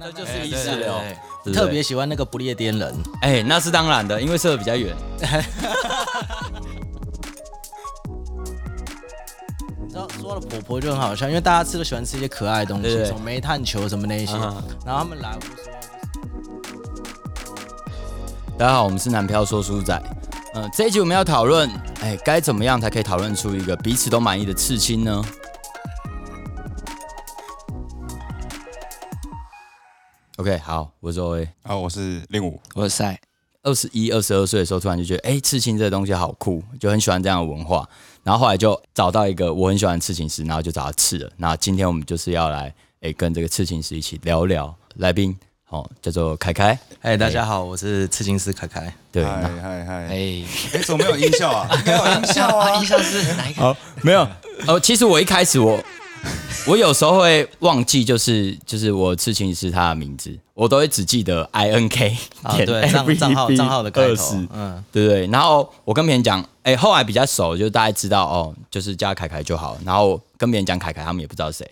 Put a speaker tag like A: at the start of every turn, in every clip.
A: 这就
B: 哎
A: 是
B: 对
A: 仪式哦
B: 对
A: 流
B: 对。对
A: 特别喜欢那个不列颠人，
B: 哎、那是当然的，因为射的比较远。
A: 你知道说了婆婆就很好笑，因为大家吃都喜欢吃一些可爱的东
B: 对
A: 西，
B: 对
A: 什么煤炭球什么那些，
B: 啊
A: 然后他们来我就说
B: 大家好，我们是南漂说书仔。嗯、这一集我们要讨论，哎、该怎么样才可以讨论出一个彼此都满意的刺青呢？OK，好，我是 O A。
C: 啊，我是令武，
D: 我塞，
B: 二十一、二十二岁的时候，突然就觉得，哎、刺青这个东西好酷，就很喜欢这样的文化。然后后来就找到一个我很喜欢的刺青师，然后就找他刺了。那今天我们就是要来，哎、跟这个刺青师一起聊聊。来宾，好、叫做凯凯，
D: 哎，
B: 大家
D: 好，我是刺青师凯凯。
B: 对，
C: 嗨
B: 那
C: 嗨嗨，
D: 哎，
C: 哎，怎么没有音 效啊？没有音效啊
B: 哎
D: 印！象是哪一个？
B: 没有，哦，其实我一开始我。 我有时候会忘记，就是就是我刺青师他的名字，我都会只记得 I N K
A: 啊对账账号账号的开头，嗯，
B: 对对，然后我跟别人讲，哎、后来比较熟，就大家知道哦，就是叫他凯凯就好。然后跟别人讲凯凯，他们也不知道谁。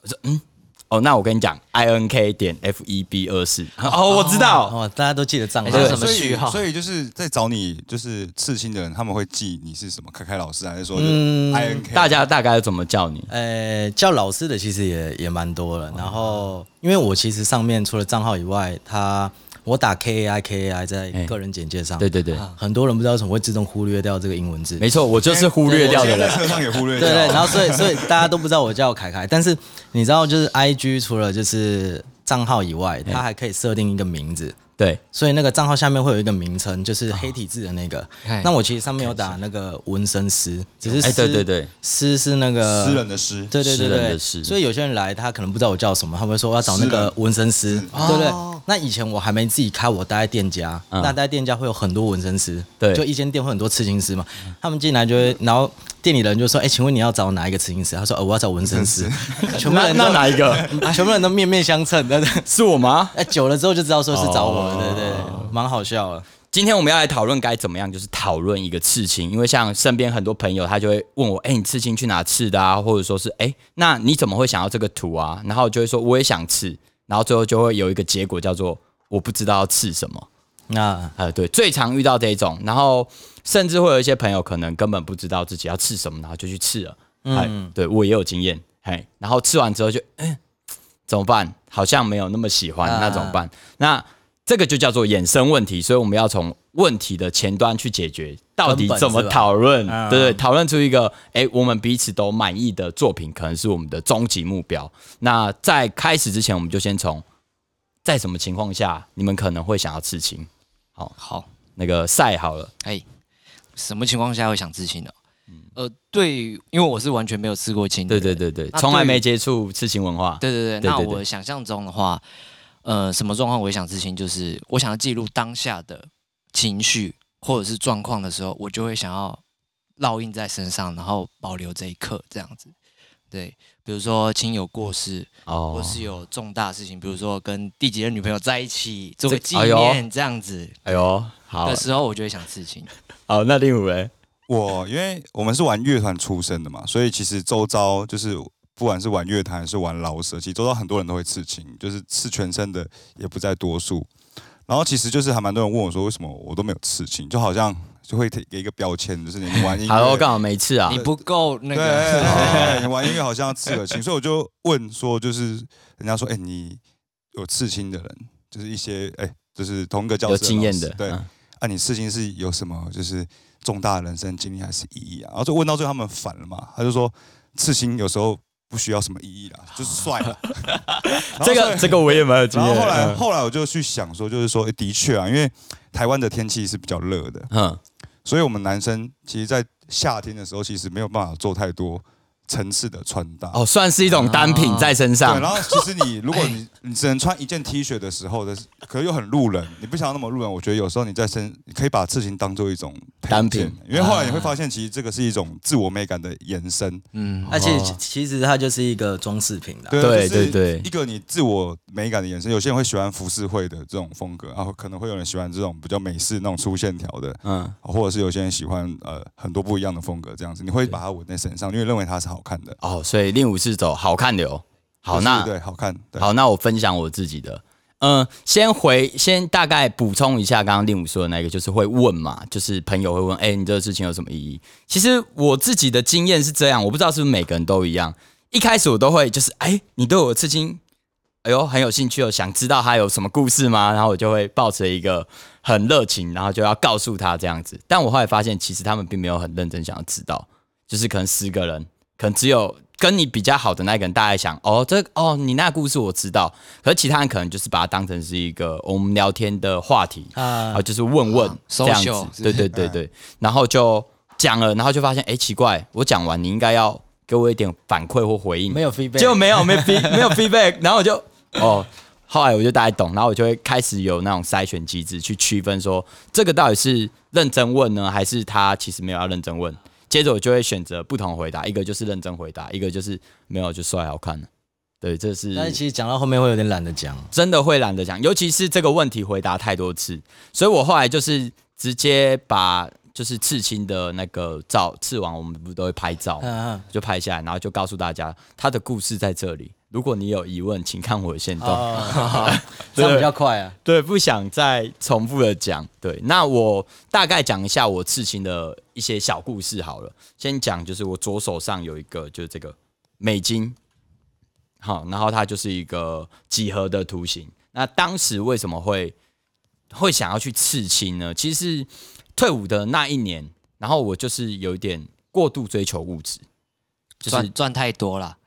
B: 我说，嗯，哦，那我跟你讲，I N K 点 F E B 二四。哦，我知道，
A: 哦，大家都记得账号，
D: 哎这是什么
C: 所以
D: 序号
C: 所以就是在找你就是刺青的人，他们会记你是什么凯凯老师，还是说
A: 嗯
C: I N K？
B: 大家大概怎么叫你？
A: 呃，叫老师的其实也也蛮多了。然后，因为我其实上面除了账号以外，他我打 K A I K A I 在
B: 哎
A: 个人简介上，
B: 对对对，
A: 很多人不知道为什么会自动忽略掉这个英文字。
B: 没错，我就是忽略掉的
C: 我今天
B: 人
C: 在。车上也忽略
A: 对
C: 掉。
A: 对，然后所以所以大家都不知道我叫凯凯，但是你知道，就是 I G 除了就是账号以外，它还可以设定一个名字，
B: 对，
A: 所以那个账号下面会有一个名称，就是
B: 哦
A: 黑体字的那个
D: 哎。
A: 那我其实上面有打那个纹身师，只是
B: 哎，对
A: 师
B: 对，对，
A: 师是那个
C: 诗人的诗，
A: 对对对
B: 诗人
A: 对，
B: 的诗
A: 所以有些人来，他可能不知道我叫什么，他们会说我要找那个纹身师，对不对？那以前我还没自己开，我待在店家，
B: 哦嗯
A: 那待在店家会有很多纹身师，
B: 对
A: 就一间店会很多刺青师嘛，他们进来就会，然后店里人就说，哎，请问你要找哪一个刺青师？他说，呃，我要找纹身师， 全部
B: 那
A: 人都
B: 那哪一个
A: 全部人都面面相称，对对。
B: 是我吗？
A: 哎，久了之后就知道说是找我
B: 哦
A: 了，对对对，蛮好笑的。
B: 今天我们要来讨论该怎么样，就是讨论一个刺青，因为像身边很多朋友，他就会问我，哎、你刺青去哪刺的啊？或者说是，哎、那你怎么会想要这个图啊？然后我就会说我也想刺，然后最后就会有一个结果叫做我不知道要刺什么。
A: 那
B: 呃，对，最常遇到这一种，然后甚至会有一些朋友可能根本不知道自己要刺什么，然后就去刺了。嗯，对我也有经验，嘿，然后刺完之后就，嗯、怎么办？好像没有那么喜欢，
A: 啊
B: 那怎么办？那这个就叫做衍生问题，所以我们要从问题的前端去解决，到底
A: 根本
B: 怎么
A: 是吧
B: 讨论？
A: 嗯
B: 对对，讨论出一个，哎，我们彼此都满意的作品，可能是我们的终极目标。那在开始之前，我们就先从在什么情况下你们可能会想要刺青？
D: 好，
B: 那个赛好了，
D: 哎，什么情况下会想刺青呢？呃，对，因为我是完全没有刺过青的
B: 对
D: 人，
B: 对对对，
D: 那
B: 从来
D: 对于
B: 没接触刺青文化，
D: 对对
B: 对
D: 对，那
B: 对对
D: 我想象中的话，呃，什么状况我也想自清，就是我想要记录当下的情绪或者是状况的时候，我就会想要烙印在身上，然后保留这一刻这样子。对，比如说亲友过世，或
B: 哦，
D: 是有重大事情，比如说跟第几任女朋友在一起做个纪
B: 哎呦
D: 念这样子
B: 哎呦，好
D: 的时候，我就会想刺青。
B: 好，那令武嘞，
C: 我因为我们是玩乐团出身的嘛，所以其实周遭就是不管是玩乐团还是玩老舍，其实周遭很多人都会刺青，就是刺全身的也不在多数。然后其实就是还蛮多人问我说，为什么我都没有刺青，就好像就会给一个标签，就是你玩音 乐，
B: 好了，我刚好没刺啊
D: 你，不够那
C: 对
D: 个，
C: 对，你玩音乐好像要刺个青，所以我就问说，就是人家说，哎，你有刺青的人，就是一些哎，就是同一个教室
B: 有
C: 老师
B: 经验的，
C: 对，
B: 嗯
C: 啊，你事情是有什么就是重大人生经历还是意义啊？然后就问到最后他们反了嘛，他就说刺青有时候不需要什么意义啦，就是帅了。然后
B: 这
C: 所
B: 个
C: 以
B: 这个我也蛮有经
C: 然
B: 验
C: 后
B: 的，
C: 后来
B: 嗯
C: 后来我就去想说，就是说，诶的确啊，因为台湾的天气是比较热的，
B: 嗯，
C: 所以我们男生其实，在夏天的时候，其实没有办法做太多层次的穿搭。
B: 哦，算是一种单品在身
C: 啊对，
B: 上
C: 然，后其实你如果你你只能穿一件 T 恤的时候的，可是又很路人，你不想要那么路人，我觉得有时候你在身你可以把刺青当做一种配件
B: 单品，
C: 因为后来你会发现，其实这个是一种自我美感的延伸，
D: 嗯，
A: 而且其实它就是一个装饰品啦。
B: 对
C: 啊就是
B: 对对
C: 一个你自我美感的延伸。有些人会喜欢浮世绘的这种风格，然后可能会有人喜欢这种比较美式那种粗线条的，
B: 嗯，
C: 或者是有些人喜欢呃很多不一样的风格这样子，你会把它纹在身上，因为认为它是好看的。
B: 哦，所以令武是走好看流，好，
C: 就是
B: 那
C: 对好看，对
B: 好，那我分享我自己的。嗯，先回先大概补充一下刚刚令武说的那个，就是会问嘛，就是朋友会问，哎、你这个事情有什么意义？其实我自己的经验是这样，我不知道是不是每个人都一样。一开始我都会就是，哎、你对我的刺青，哎呦很有兴趣哦，想知道他有什么故事吗？然后我就会抱着一个很热情，然后就要告诉他这样子。但我后来发现，其实他们并没有很认真想要知道，就是可能十个人，可能只有跟你比较好的那个人，大概想哦，这哦，你那故事我知道，可是其他人可能就是把它当成是一个哦我们聊天的话题啊、
A: 啊，
B: 就是问问、
D: 啊
B: 这样子
D: 嗯 social，是不嗯
B: 对
D: 是
B: 对对对，然后就讲了，然后就发现哎、奇怪，我讲完你应该要给我一点反馈或回应，
A: 没有 feedback，
B: 就没有没有 feed 没有 feedback，然后我就哦，后来我就大概懂，然后我就会开始有那种筛选机制去区分说这个到底是认真问呢，还是他其实没有要认真问。接着我就会选择不同的回答，一个就是认真回答，一个就是没有就帅好看了。对，这是
A: 但是其实讲到后面会有点懒得讲，
B: 真的会懒得讲，尤其是这个问题回答太多次，所以我后来就是直接把就是刺青的那个照刺完，我们不是都会拍照吗？
A: 嗯
B: 就拍下来，然后就告诉大家他的故事在这里。如果你有疑问，请看我的线
A: 嗯，
B: 动。
A: 哦， 这样比较快啊。
B: 对，不想再重复的讲。对，那我大概讲一下我刺青的一些小故事好了。先讲就是我左手上有一个，就是这个美金，好，然后它就是一个几何的图形。那当时为什么会会想要去刺青呢？其实是退伍的那一年，然后我就是有一点过度追求物质，就是
D: 赚赚太多了，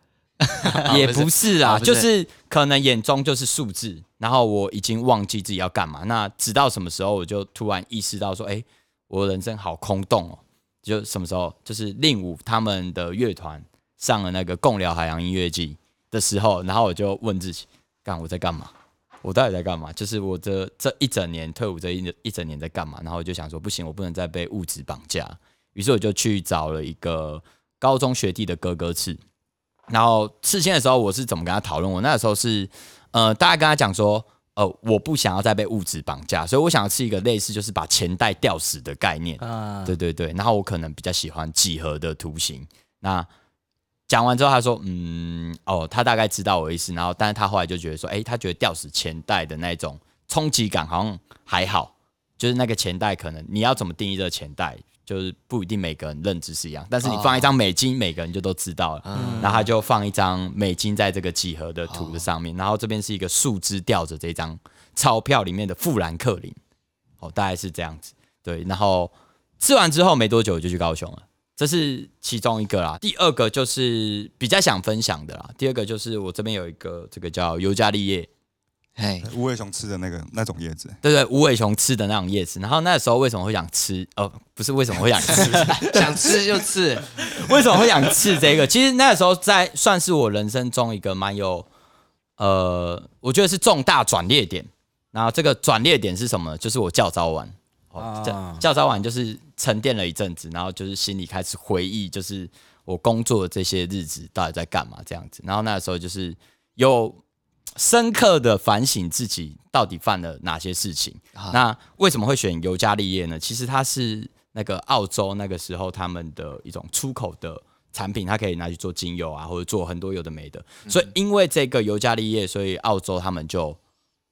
B: 也不是啦，
D: 啊不是
B: 就是可能眼中就是数字，然后我已经忘记自己要干嘛。那直到什么时候，我就突然意识到说，哎、我人生好空洞哦。就什么时候，就是令武他们的乐团上了那个共聊海洋音乐季的时候，然后我就问自己，干我在干嘛？我到底在干嘛？就是我这这一整年退伍这一一整年在干嘛？然后我就想说，不行，我不能再被物质绑架。于是我就去找了一个高中学弟的哥哥刺，然后事先的时候，我是怎么跟他讨论？我那时候是，呃，大概跟他讲说，呃，我不想要再被物质绑架，所以我想要是一个类似就是把钱袋吊死的概念。
A: 啊，
B: 对对对，然后我可能比较喜欢几何的图形。那讲完之后，他说，嗯，哦，他大概知道我的意思，然后但是他后来就觉得说，诶，他觉得吊死钱袋的那种冲击感好像还好，就是那个钱袋可能你要怎么定义这个钱袋，就是不一定每个人认知是一样，但是你放一张美金，每个人就都知道了。
D: 嗯，
B: 然后他就放一张美金在这个几何的图的上面，然后这边是一个树枝吊着这张钞票里面的富兰克林，哦，大概是这样子。对，然后吃完之后没多久我就去高雄了，这是其中一个啦。第二个就是比较想分享的啦，第二个就是我这边有一个这个叫尤加利叶，
D: 嘿，
C: 无尾熊吃的那个那种叶子，
B: 对对，无尾熊吃的那种叶子。然后那时候为什么会想吃？哦，不是为什么会想吃，
D: 想吃就吃，
B: 为什么会想刺这个？其实那时候在算是我人生中一个蛮有，呃，我觉得是重大转捩点。然后这个转捩点是什么呢？就是我教招完，哦，教
A: 啊
B: 教招完就是沉淀了一阵子，然后就是心里开始回忆，就是我工作的这些日子到底在干嘛这样子。然后那时候就是有深刻的反省自己到底犯了哪些事情。
D: 啊
B: 那为什么会选尤加利叶呢？其实它是那个澳洲那个时候他们的一种出口的产品，它可以拿去做精油啊，或者做很多有的没的。
D: 嗯
B: 所以因为这个尤加利叶，所以澳洲他们就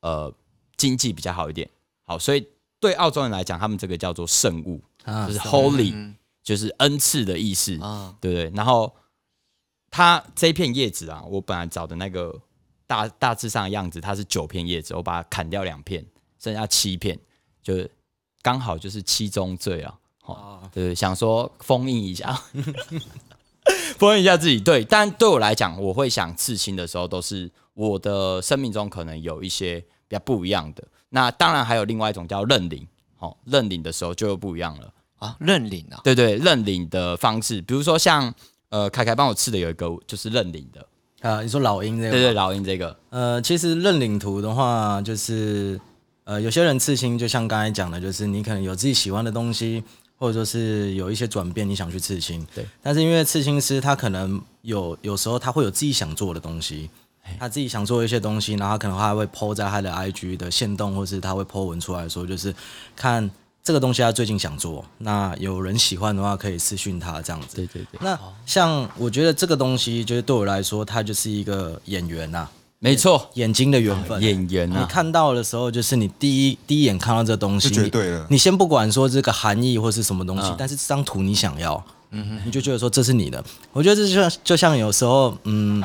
B: 呃经济比较好一点。好，所以对澳洲人来讲，他们这个叫做圣物，
A: 啊
B: 就是，holy，、
D: 嗯
B: 就是恩赐的意思。
D: 啊，
B: 对对。然后它这片叶子啊，我本来找的那个大大致上的样子，它是九片叶子，我把它砍掉两片，剩下七片，就是刚好就是七宗罪啊。哦，对，想说封印一下， 封印一下自己。对，但对我来讲，我会想刺青的时候，都是我的生命中可能有一些比较不一样的。那当然还有另外一种叫认领，哦，认领的时候就又不一样了。
D: 啊，认领啊，
B: 对对，认领的方式，比如说像呃，凯凯帮我吃的有一个就是认领的，
A: 啊，你说老鹰这
B: 对
A: 个吗，
B: 对，老鹰这个，
A: 呃，其实认领图的话，就是呃，有些人刺青，就像刚才讲的，就是你可能有自己喜欢的东西，或者说是有一些转变，你想去刺青。
B: 对。
A: 但是因为刺青师他可能有有时候他会有自己想做的东西，他自己想做一些东西，然后他可能还会 PO 在他的 IG 的线动，或是他会 PO 文出来说，就是看这个东西他最近想做，那有人喜欢的话可以私讯他这样子。
B: 对对对，哦
A: 那像我觉得这个东西，就是对我来说，它就是一个眼缘呐、
B: 没错，
A: 眼睛的缘分。
B: 演员
A: 你
B: 啊，
A: 看到的时候，就是你第一第一眼看到这东西，
C: 就绝对了
A: 你。你先不管说这个含义或是什么东西，
B: 嗯
A: 但是这张图你想要，你就觉得说这是你的。我觉得这就像就像有时候，嗯，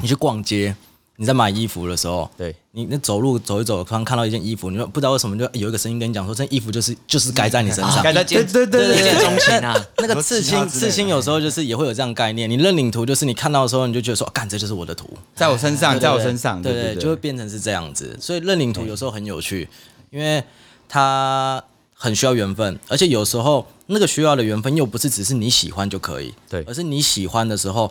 A: 你去逛街，你在买衣服的时候，
B: 对，
A: 你那走路走一走，突然看到一件衣服，你就不知道为什么就有一个声音跟你讲说，这件衣服就是就是该在你身 上。
B: 该在
A: 对对对对
D: 一
A: 对
D: 见钟情啊！
A: 那个
C: 和
A: 刺
C: 其他
A: 青，
C: 之类
A: 刺青
C: 的
A: 有时候就是也会有这样概念。你认领图，就是你看到的时候，你就觉得说，哦干、这就是我的图，
B: 在我身啊上，在我身上，
A: 对
B: 对
A: 就会变成是这样子。所以认领图有时候很有趣，因为它很需要缘分，而且有时候那个需要的缘分又不是只是你喜欢就可以，
B: 对
A: 而是你喜欢的时候。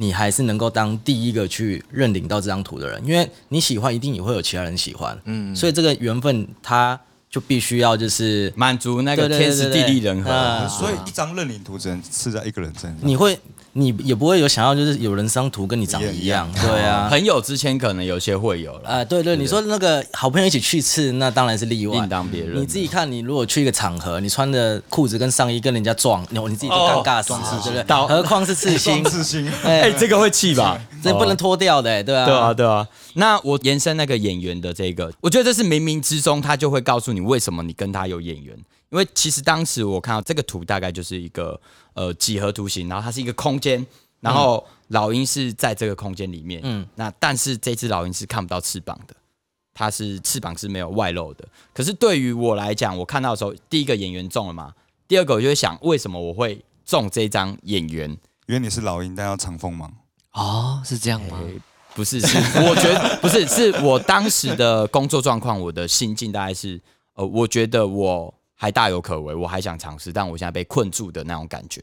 A: 你还是能够当第一个去认领到这张图的人，因为你喜欢，一定也会有其他人喜欢，嗯，所以这个缘分它就必须要就是
B: 满足那个
A: 对对
B: 天时
A: 对对
B: 地利
A: 对
B: 人和，
A: 嗯
C: 所以一张认领图只能刺在一个人身上。
A: 你会，你也不会有想要，就是有人商图跟你长得
C: 一
A: 一
C: 样
A: 样，对 啊，
B: 朋友之间可能有些会有了，
A: 啊，对对，你说那个好朋友一起去吃，那当然是例外，
B: 另当别论
A: 你自己看，你如果去一个场合，你穿的裤子跟上衣跟人家撞，你你自己就尴尬
B: 哦
A: 死了，对不
B: 到
A: 对？何况是刺青
C: 双，刺星，
B: 哎，
A: 哎，
B: 这个会气吧？
A: 这不能脱掉的，哎对啊，
B: 对啊，，对啊。那我延伸那个演员的这个，我觉得这是冥冥之中他就会告诉你为什么你跟他有眼缘。因为其实当时我看到这个图，大概就是一个呃几何图形，然后它是一个空间，然后老鹰是在这个空间里面，嗯
A: 嗯，
B: 那但是这只老鹰是看不到翅膀的，它是翅膀是没有外露的。可是对于我来讲，我看到的时候，第一个演员中了嘛，第二个我就会想，为什么我会中这张演员？
C: 因为你是老鹰，但要藏锋芒。
D: 哦，是这样吗？
B: 不是，是我觉得不是，是我当时的工作状况，我的心境大概是，呃，我觉得我还大有可为，我还想尝试，但我现在被困住的那种感觉。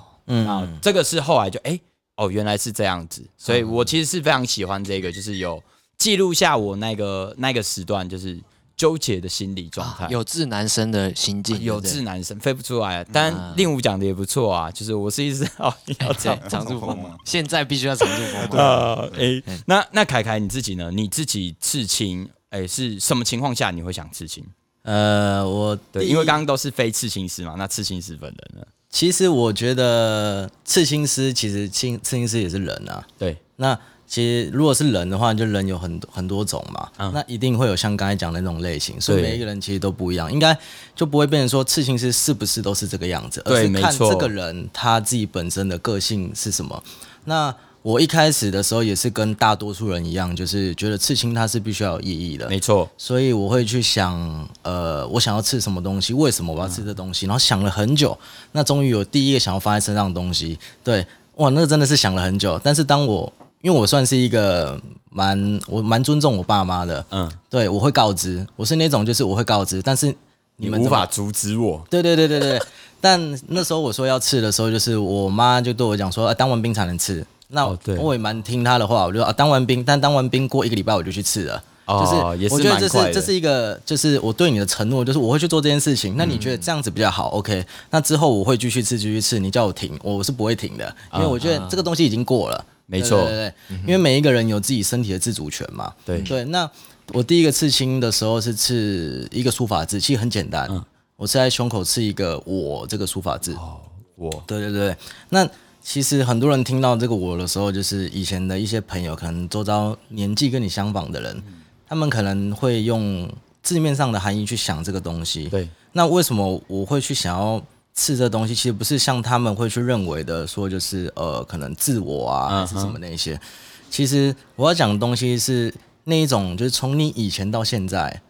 B: 啊
A: 嗯，，
B: 这个是后来就哎、哦，原来是这样子，所以我其实是非常喜欢这个，就是有记录下我那个那个时段就是纠结的心理状态。
D: 哦啊
B: 啊
D: 有志男生的心境，
B: 有
D: 对不对
B: 志男生飞不出来，啊但令武讲的也不错啊，就是我是一直 哦，要
D: 哎 对，常驻
C: 风
D: 锋
C: 芒
D: 芒，现在必须要常驻锋芒。
B: 呃，哎、那那凯凯你自己呢？你自己刺青，哎、是什么情况下你会想刺青？
A: 呃，我
B: 对，因为刚刚都是非刺青师嘛，那刺青师本人呢？
A: 其实我觉得刺青师其实刺刺青师也是人啊，
B: 对，
A: 那其实如果是人的话，就人有很多很多种嘛，那一定会有像刚才讲的那种类型，所以
B: 嗯对
A: 每一个人其实都不一样，应该就不会变成说刺青师是不是都是这个样子，
B: 对
A: 而是
B: 没
A: 看
B: 错
A: 这个人他自己本身的个性是什么。那我一开始的时候也是跟大多数人一样，就是觉得刺青它是必须要有意义的，
B: 没错，
A: 所以我会去想，呃，我想要吃什么东西，为什么我要吃这东
B: 嗯
A: 西，然后想了很久，那终于有第一个想要放在身上的东西，对，哇，那个真的是想了很久。但是当我，因为我算是一个蛮我蛮尊重我爸妈的，
B: 嗯，
A: 对我会告知，我是那种就是我会告知，但是
B: 你
A: 你们
B: 无
A: 怎么
B: 法阻止我，
A: 对对对对对。 但那时候我说要吃的时候，就是我妈就对我讲说，啊、当完兵才能吃。那
B: 哦对
A: 我也蛮听她的话，我就说啊，当完兵，但当完兵过一个礼拜我就去吃了。
B: 哦
A: 就
B: 也是
A: 我觉得
B: 蛮
A: 这
B: 快的
A: 是这是一个，就是我对你的承诺，就是我会去做这件事情。那你
B: 嗯
A: 觉得这样子比较好、o k 那之后我会继续吃，继续吃。你叫我停，我是不会停的，因为我觉得这个东西已经过了。
B: 嗯没错嗯
A: 对对对对因为每一个人有自己身体的自主权嘛。
B: 对
A: 对，那我第一个刺青的时候是刺一个书法字，其实很简单，
B: 嗯
A: 我是在胸口刺一个“我”这个书法
B: 哦
A: 字。
B: 我
A: 对对对，那其实很多人听到这个“我”的时候，就是以前的一些朋友，可能周遭年纪跟你相仿的人，他们可能会用字面上的含义去想这个东西。
B: 对
A: 那为什么我会去想要刺这东西？其实不是像他们会去认为的，说就是呃，可能自我啊，还是什么那一些。其实我要讲的东西是那一种，就是从你以前到现在，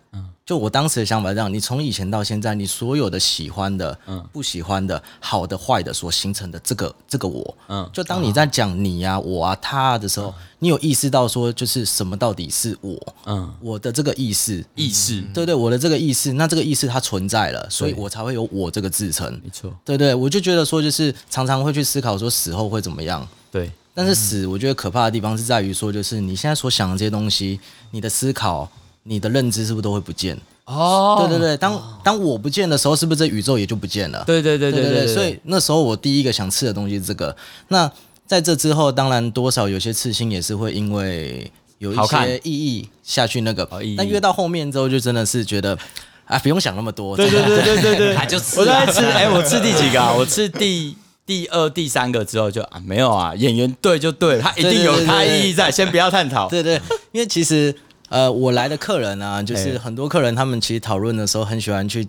A: 就我当时的想法是这样：你从以前到现在，你所有的喜欢的、不喜欢的、好的、坏的所形成的这个这个我，
B: 嗯
A: 就当你在讲你啊、我啊、他啊的时候，你有意识到说，就是什么到底是我，
B: 嗯，
A: 我的这个意识，
B: 意识，
A: 对对，我的这个意识，那这个意识它存在了，所以我才会有我这个自称。
B: 没错，
A: 对对，我就觉得说，就是常常会去思考说死后会怎么样。
B: 对
A: 但是死，我觉得可怕的地方是在于说，就是你现在所想的这些东西，你的思考、你的认知是不是都会不见？
B: 哦
A: 对对对，当当我不见的时候，是不是这宇宙也就不见了？
B: 对对对
A: 对
B: 对对，
A: 所以那时候我第一个想吃的东西是这个。那在这之后，当然多少有些刺青也是会因为有一
B: 好看
A: 些意义下去那个
B: 哦意义，
A: 但越到后面之后，就真的是觉得啊，不用想那么多。
B: 对对对对对 对，
D: 啊就吃啊
B: 我在吃，哎、我吃第几个 啊？我吃第第二、第三个之后就啊，没有啊，演员对就对了，他一定
A: 对对
B: 有
A: 对对对
B: 他意义在，先不要探 讨。
A: 对对，因为其实呃，我来的客人啊，就是
B: 哎
A: 很多客人他们其实讨论的时候很喜欢去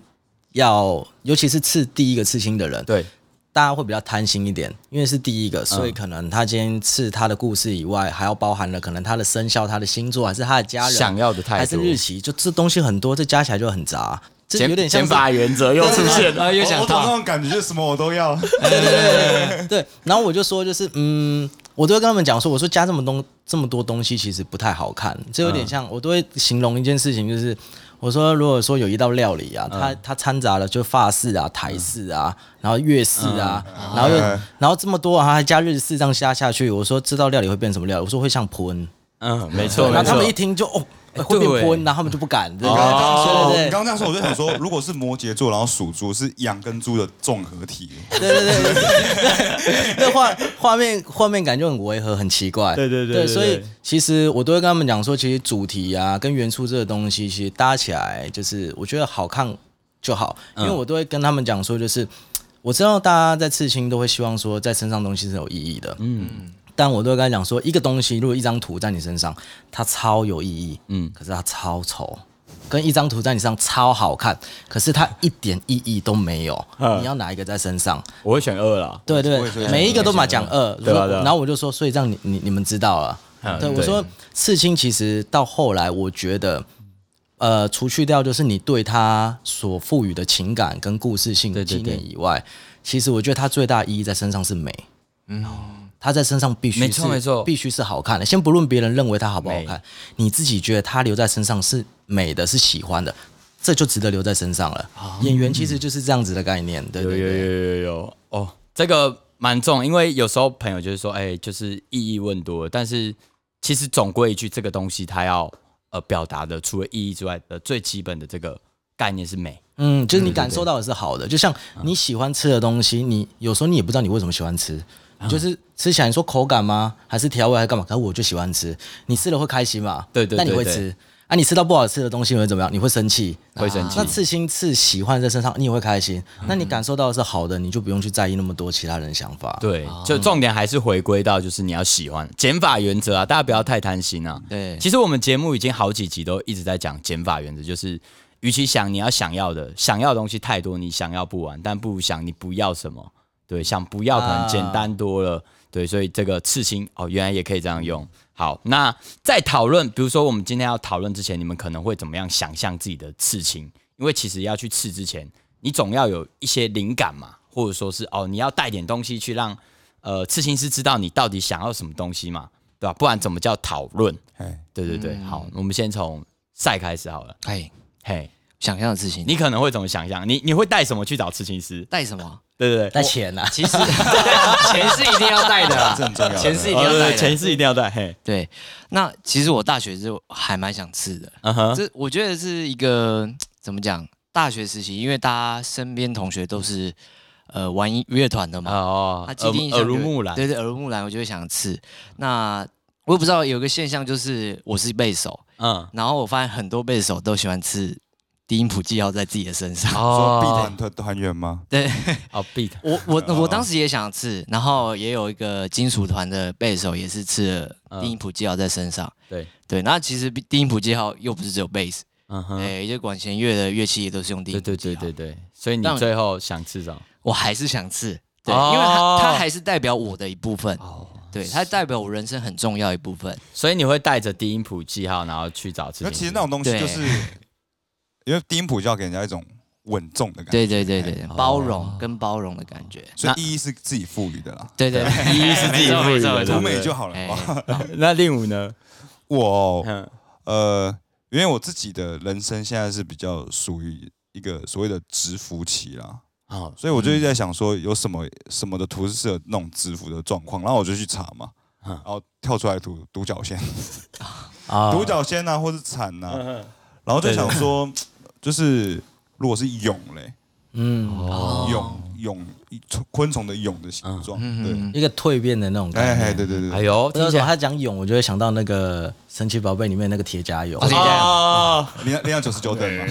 A: 要，尤其是刺第一个刺青的人，
B: 对
A: 大家会比较贪心一点，因为是第一
B: 嗯
A: 个，所以可能他今天刺他的故事以外，还要包含了可能他的生肖、他的星座，还是他的家人
B: 想要的太多
A: 还是日期，就这东西很多，这加起来就很杂，这
B: 减
A: 有点像
B: 减
A: 是
B: 法原哦则又出现了。
D: 啊，又
C: 哦我
D: 想
C: 我懂那
D: 到
C: 种感觉，就是什么我都 要。
A: 对，然后我就说，就是嗯，我都会跟他们讲说，我说加这么东这么多东西，其实不太好看，这有
B: 嗯
A: 点像、我都会形容一件事情，就是我说，如果说有一道料理啊，
B: 嗯
A: 它它掺杂了就法式啊、台式啊，然后粤式啊，然后又、
C: 嗯
A: 然后这么多啊，还加日式这样下下去，我说这道料理会变什么料理？我说会像普恩，
B: 嗯，没错
A: 对，然
B: 没
A: 后他们一
B: 错。
A: 听就哦。
B: 哎
A: 会变
B: 对哦
A: 普恩，然后他们就不敢。对
C: 你刚刚这样说
A: 对对
C: 你哦刚刚这啊样说，我就想说，如果是摩羯座，然后属猪是羊跟猪的综合体，
A: 对对对对，那画画面画面感就很违和，很奇怪。
B: 对对对对对
A: 所以其实我都会跟他们讲说，其实主题啊跟原初这个东西，其实搭起来就是我觉得好看就好，因为我都会跟他们讲说，就是、我知道大家在刺青都会希望说在身上东西是有意义的，嗯。但我都会跟他讲说，一个东西如果一张图在你身上，它超有意义，嗯，可是它超丑，跟一张图在你身上超好看，可是它一点意义都没有。
B: 嗯
A: 你要哪一个在身上？
B: 我会选二了。
A: 对对
C: 我也觉，得
A: 每一个都嘛讲二，
B: 对吧
A: 我说
B: 对吧啊
A: 然后我就说，所以这样你你你们知道了。
B: 嗯
A: 对，
B: 对
A: 我说刺青其实到后来，我觉得，呃，除去掉就是你对他所赋予的情感跟故事性的纪
B: 对对
A: 念以外，其实我觉得它最大意义在身上是美。嗯，它在身上必须
B: 没错
A: 是
B: 没错
A: 必须是好看的。先不论别人认为它好不好
B: 美
A: 看，你自己觉得它留在身上是美的，是喜欢的。这就值得留在身上了。演员其实就是这样子的概念，对
B: 有
A: 对
B: 哦嗯有
A: 对。
B: 有有有哦，这个蛮重，因为有时候朋友就是说，哎、就是意义问多了，但是其实总归一句，这个东西它要呃表达的，除了意义之外的最基本的这个概念是美。
A: 嗯，就是你感受到的是好的，就像
B: 嗯
A: 你喜欢吃的东西，你有时候你也不知道你为什么喜欢吃，
B: 嗯
A: 你就是吃起来你说口感吗？还是调味还是干嘛？可是我就喜欢吃，你吃了会开心嘛？
B: 对对
A: 那你
B: 对
A: 会
B: 对
A: 吃啊？你吃到不好吃的东西你会怎么样？你会生气，啊
B: 会生气嗯
A: 那刺青刺喜欢在身上，你也会开心。那你感受到的是好的，你就不用去在意那么多其他人的想法。
B: 对，就重点还是回归到就是你要喜欢减法原则啊，大家不要太贪心啊。
D: 对
B: 其实我们节目已经好几集都一直在讲减法原则，就是与其想你要想要的，想要的东西太多，你想要不完，但不如想你不要什么。对，想不要可能简单多了。对，所以这个刺青哦，原来也可以这样用。好，那在讨论，比如说我们今天要讨论之前，你们可能会怎么样想象自己的刺青？因为其实要去刺之前，你总要有一些灵感嘛，或者说是哦，你要带点东西去让呃刺青师知道你到底想要什么东西嘛，对吧？不然怎么叫讨论？
C: 哎，
B: 对对对，好，我们先从赛开始好了。
D: 哎，
B: 嘿，
D: 想象的事情，
B: 你可能会怎么想象？你你会带什么去找刺青师？
D: 带什么？
B: 对对对，
A: 带钱啊，
D: 其实 钱是一定要带的啦
C: 这很重要的，
D: 钱是一定
B: 哦
D: 要
B: 对
D: 带
B: 对，前
D: 的。
B: 世一定要带。嘿，
D: 对，那其实我大学就还蛮想吃的，
B: 嗯哼，
D: 这我觉得是一个怎么讲？大学时期，因为大家身边同学都是呃玩音乐团的嘛，
B: 哦
D: 他既定印
B: 耳
D: 象
B: 耳
D: 就
B: 濡目染。
D: 对对，耳濡目染，我就会想吃。那我也不知道有个现象，就是我是贝手，
B: 嗯，
D: 然后我发现很多贝手都喜欢吃低音谱记号在自己的身上。
C: 说必
B: 哦
C: 团团团圆吗？
D: 对
B: 哦 beat，
D: 我我我当时也想吃，然后也有一个金属团的贝手也是吃
B: 嗯
D: 了低音谱记号在身上。
B: 对，
D: 对，那其实低音谱记号又不是只有贝斯，
B: 嗯哼，
D: 哎，就管弦乐的乐器也都是用低
B: 对
D: 音谱
B: 对
D: 记
B: 对
D: 号。
B: 对对，所以你
D: 但
B: 最后想吃什么？
D: 我还是想吃，对，
B: 哦
D: 因为它它还是代表我的一部分，
B: 哦，
D: 对，它代表我人生很重要一部分。
B: 所以你会带着低音谱记号，然后去找刺
C: 那
B: 青师
C: 其实那种东西
D: 对
C: 就是， 因为低音谱就要给人家一种稳重的感觉，
D: 对对对对，对包容跟包容的感觉。
C: 所以意义是自己赋予的啦，
D: 对对，对一是自己赋
B: 没
D: 予
B: 错
C: 图
B: 没错
C: 美就好了
D: 哎
C: 嘛。
B: 那令武呢？
C: 我哦
B: 嗯，
C: 呃，因为我自己的人生现在是比较属于一个所谓的直服期啦，
B: 哦，
C: 所以我就一直在想说，有什么什么的图是适合那种直服的状况，然后我就去查嘛，
B: 嗯
C: 然后跳出来独独角仙，
A: 啊
C: 独角仙啊，或是蝉呐、啊，
B: 嗯
C: 然后就想说，就是如果是蛹嘞，
A: 嗯，
C: 蛹蛹昆虫的蛹的形状，对，
D: 嗯，
A: 一个蜕变的那种概
C: 哎哎，
A: 念。
C: 对对对
B: 哎
C: 对，
B: 呦，
A: 不知道为
B: 听起
A: 什么
B: 来
A: 他讲蛹，我就会想到那个神奇宝贝里面那个铁甲蛹，
D: 哦
B: 哦，
C: 零零到九十九等嘛，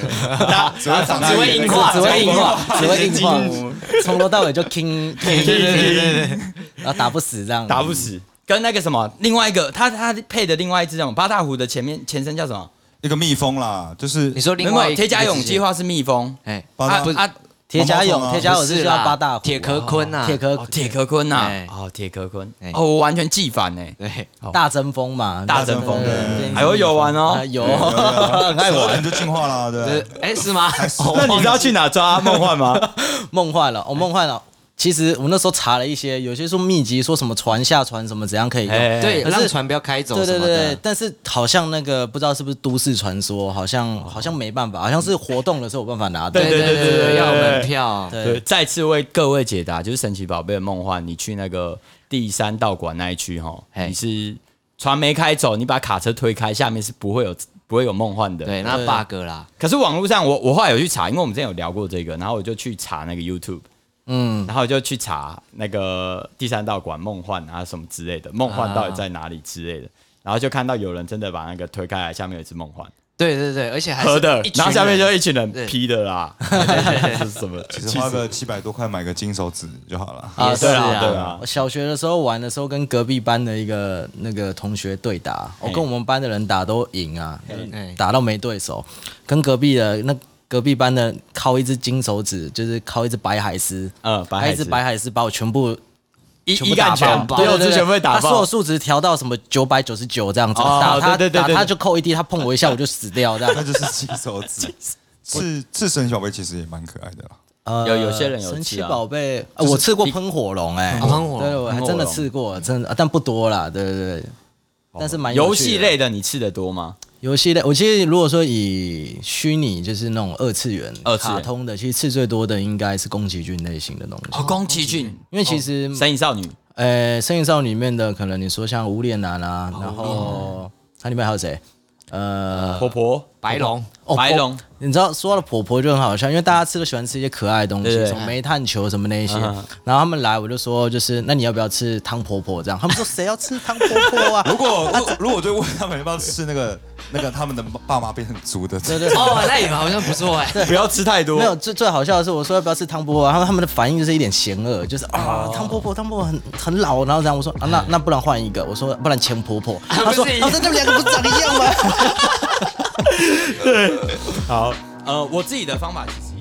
B: 只会
C: 长大
B: 只会
C: 一
B: 硬
C: 点
B: 化，
A: 只会硬化，只会硬
B: 神经
A: 化，从头到尾就 king，对对对对，然后打不死这样，
B: 打不死。跟那个什么，另外一个他他配的另外一只什么八大湖的前面前身叫什么？
C: 一个蜜蜂啦，就是
D: 你说
B: 没
D: 另外
B: 有，
D: 一个
B: 铁甲蛹计
D: 划，
B: 划是蜜蜂，
D: 哎，
C: 八
B: 啊
C: 大
D: 不是
B: 啊，
A: 铁甲
C: 毛毛虫
A: 蛹，
C: 啊
A: 铁甲蛹是
D: 不
A: 叫
D: 啦
A: 八大虎啊
D: 铁壳鲲呐，
A: 铁壳
B: 哦铁壳鲲呐
D: 哎，
B: 哦铁壳鲲
D: 哎，
B: 哦我完全记反欸呢。
D: 对，
A: 大争锋嘛，
B: 大争锋
A: 对对
C: 对
A: 对
B: 哎呦有玩哦
A: 啊有，
C: 对对对
A: 很爱
C: 蛇
A: 玩
C: 人就进化了，
D: 呃
C: 对，
D: 哎是吗？
B: 那你知道去哪抓梦幻吗？
A: 梦幻了，哦梦幻了。其实我那时候查了一些，有些说秘籍说什么船下船什么怎样可以用，
B: 哎
D: 对，
A: 可是
D: 让船不要开走
A: 对
D: 什
A: 对
D: 么
A: 对
D: 的，，
A: 但是好像那个不知道是不是都市传说，好像好像没办法，好像是活动的时候有办法拿到。
B: 对对对对对
D: 要门票，
A: 对
B: 对，再次为各位解答，就是神奇宝贝的梦幻，你去那个第三道馆那一区哈，
D: 嘿
B: 你是船没开走，你把卡车推开，下面是不会有不会有梦幻的。
D: 对，那 bug 啦，
B: 可是网络上我我后来有去查，因为我们之前有聊过这个，然后我就去查那个 YouTube，
A: 嗯，
B: 然后我就去查那个第三道馆梦幻啊什么之类的，梦幻到底在哪里之类的。然后就看到有人真的把那个推开来，下面有一只梦幻
D: 对对对，而
A: 啊
D: 且还是
B: 合的
D: 一，群
B: 然后下面就
D: 人
B: 一群人
D: 对
B: P 的啦， 这是什么？
C: 其实花个七百多块买个金手指就好了。
A: 啊
D: 也是
A: 对啊
D: 啊
B: 对啊
A: 我小学的时候玩的时候，跟隔壁班的一个那个同学对打，我跟我们班的人打都赢啊，
D: 哎
A: 打到没对手，跟隔壁的那隔壁班的靠一只金手指，就是靠一只白海狮，
B: 嗯，白
A: 还有
B: 海
A: 一只
B: 子
A: 白海狮把我全部
B: 一
A: 全部
B: 一
A: 打
B: 干全，
A: 爆
B: 对，我
A: 对
B: 是全部被打
A: 他所有
B: 爆。
A: 数值调到什么九百九十九这样子，
B: 哦
A: 打他
B: 对对对
A: 打
B: 对
A: 他就扣一滴，他碰我一下我就死掉这样
C: 那。就是金手指。刺刺神奇宝贝其实也蛮可爱的啦，
A: 呃
B: 有有些人有
A: 神
B: 吃
A: 奇
B: 啊
A: 宝贝，呃我吃过喷火龙，哎，
D: 喷火龙
A: 对，我还真的
B: 哦喷火龙哦
A: 吃过，真的，啊但不多啦，对对对，但是蛮有
B: 游
A: 趣的
B: 戏类的你吃的多吗？
A: 游戏类，我其实如果说以虚拟就是那种二次元、
B: 二次元
A: 卡通的，其实吃最多的应该是宫崎骏类型的东
D: 哦
A: 西，
B: 宫崎骏，
A: 因为其实
B: 神隐少女，
A: 呃，《生意少女》里面的可能你说像无脸男啊，
B: 哦
A: 然后它里面还有谁？呃，
B: 婆婆，
D: 白龙，
A: 哦
B: 白龙，
A: 你知道说到婆婆就很好笑，因为大家吃都喜欢吃一些可爱的东西，
B: 对对
A: 什么煤炭球什么那一些。
B: 嗯
A: 然后他们来，我就说就是那你要不要吃汤婆婆这样？他们 说谁要吃汤婆 婆啊？
C: 如果如如果我就问他们要不要吃那个那个他们的爸妈变成猪的，
A: 对对对
D: 哦，那也好像不错哎，
B: 不要吃太多
A: 没有，最最好笑的是，我说要不要吃汤婆婆，然后他们的反应就是一脸嫌恶，就是啊，
B: 哦
A: 汤婆婆，汤婆婆很很老，然后这样我说啊，那那不然换一个，我说不然钱婆婆，他说
D: 不是一
A: 啊，这这两个不是长一样吗？
B: 呃，我自己的方法其实。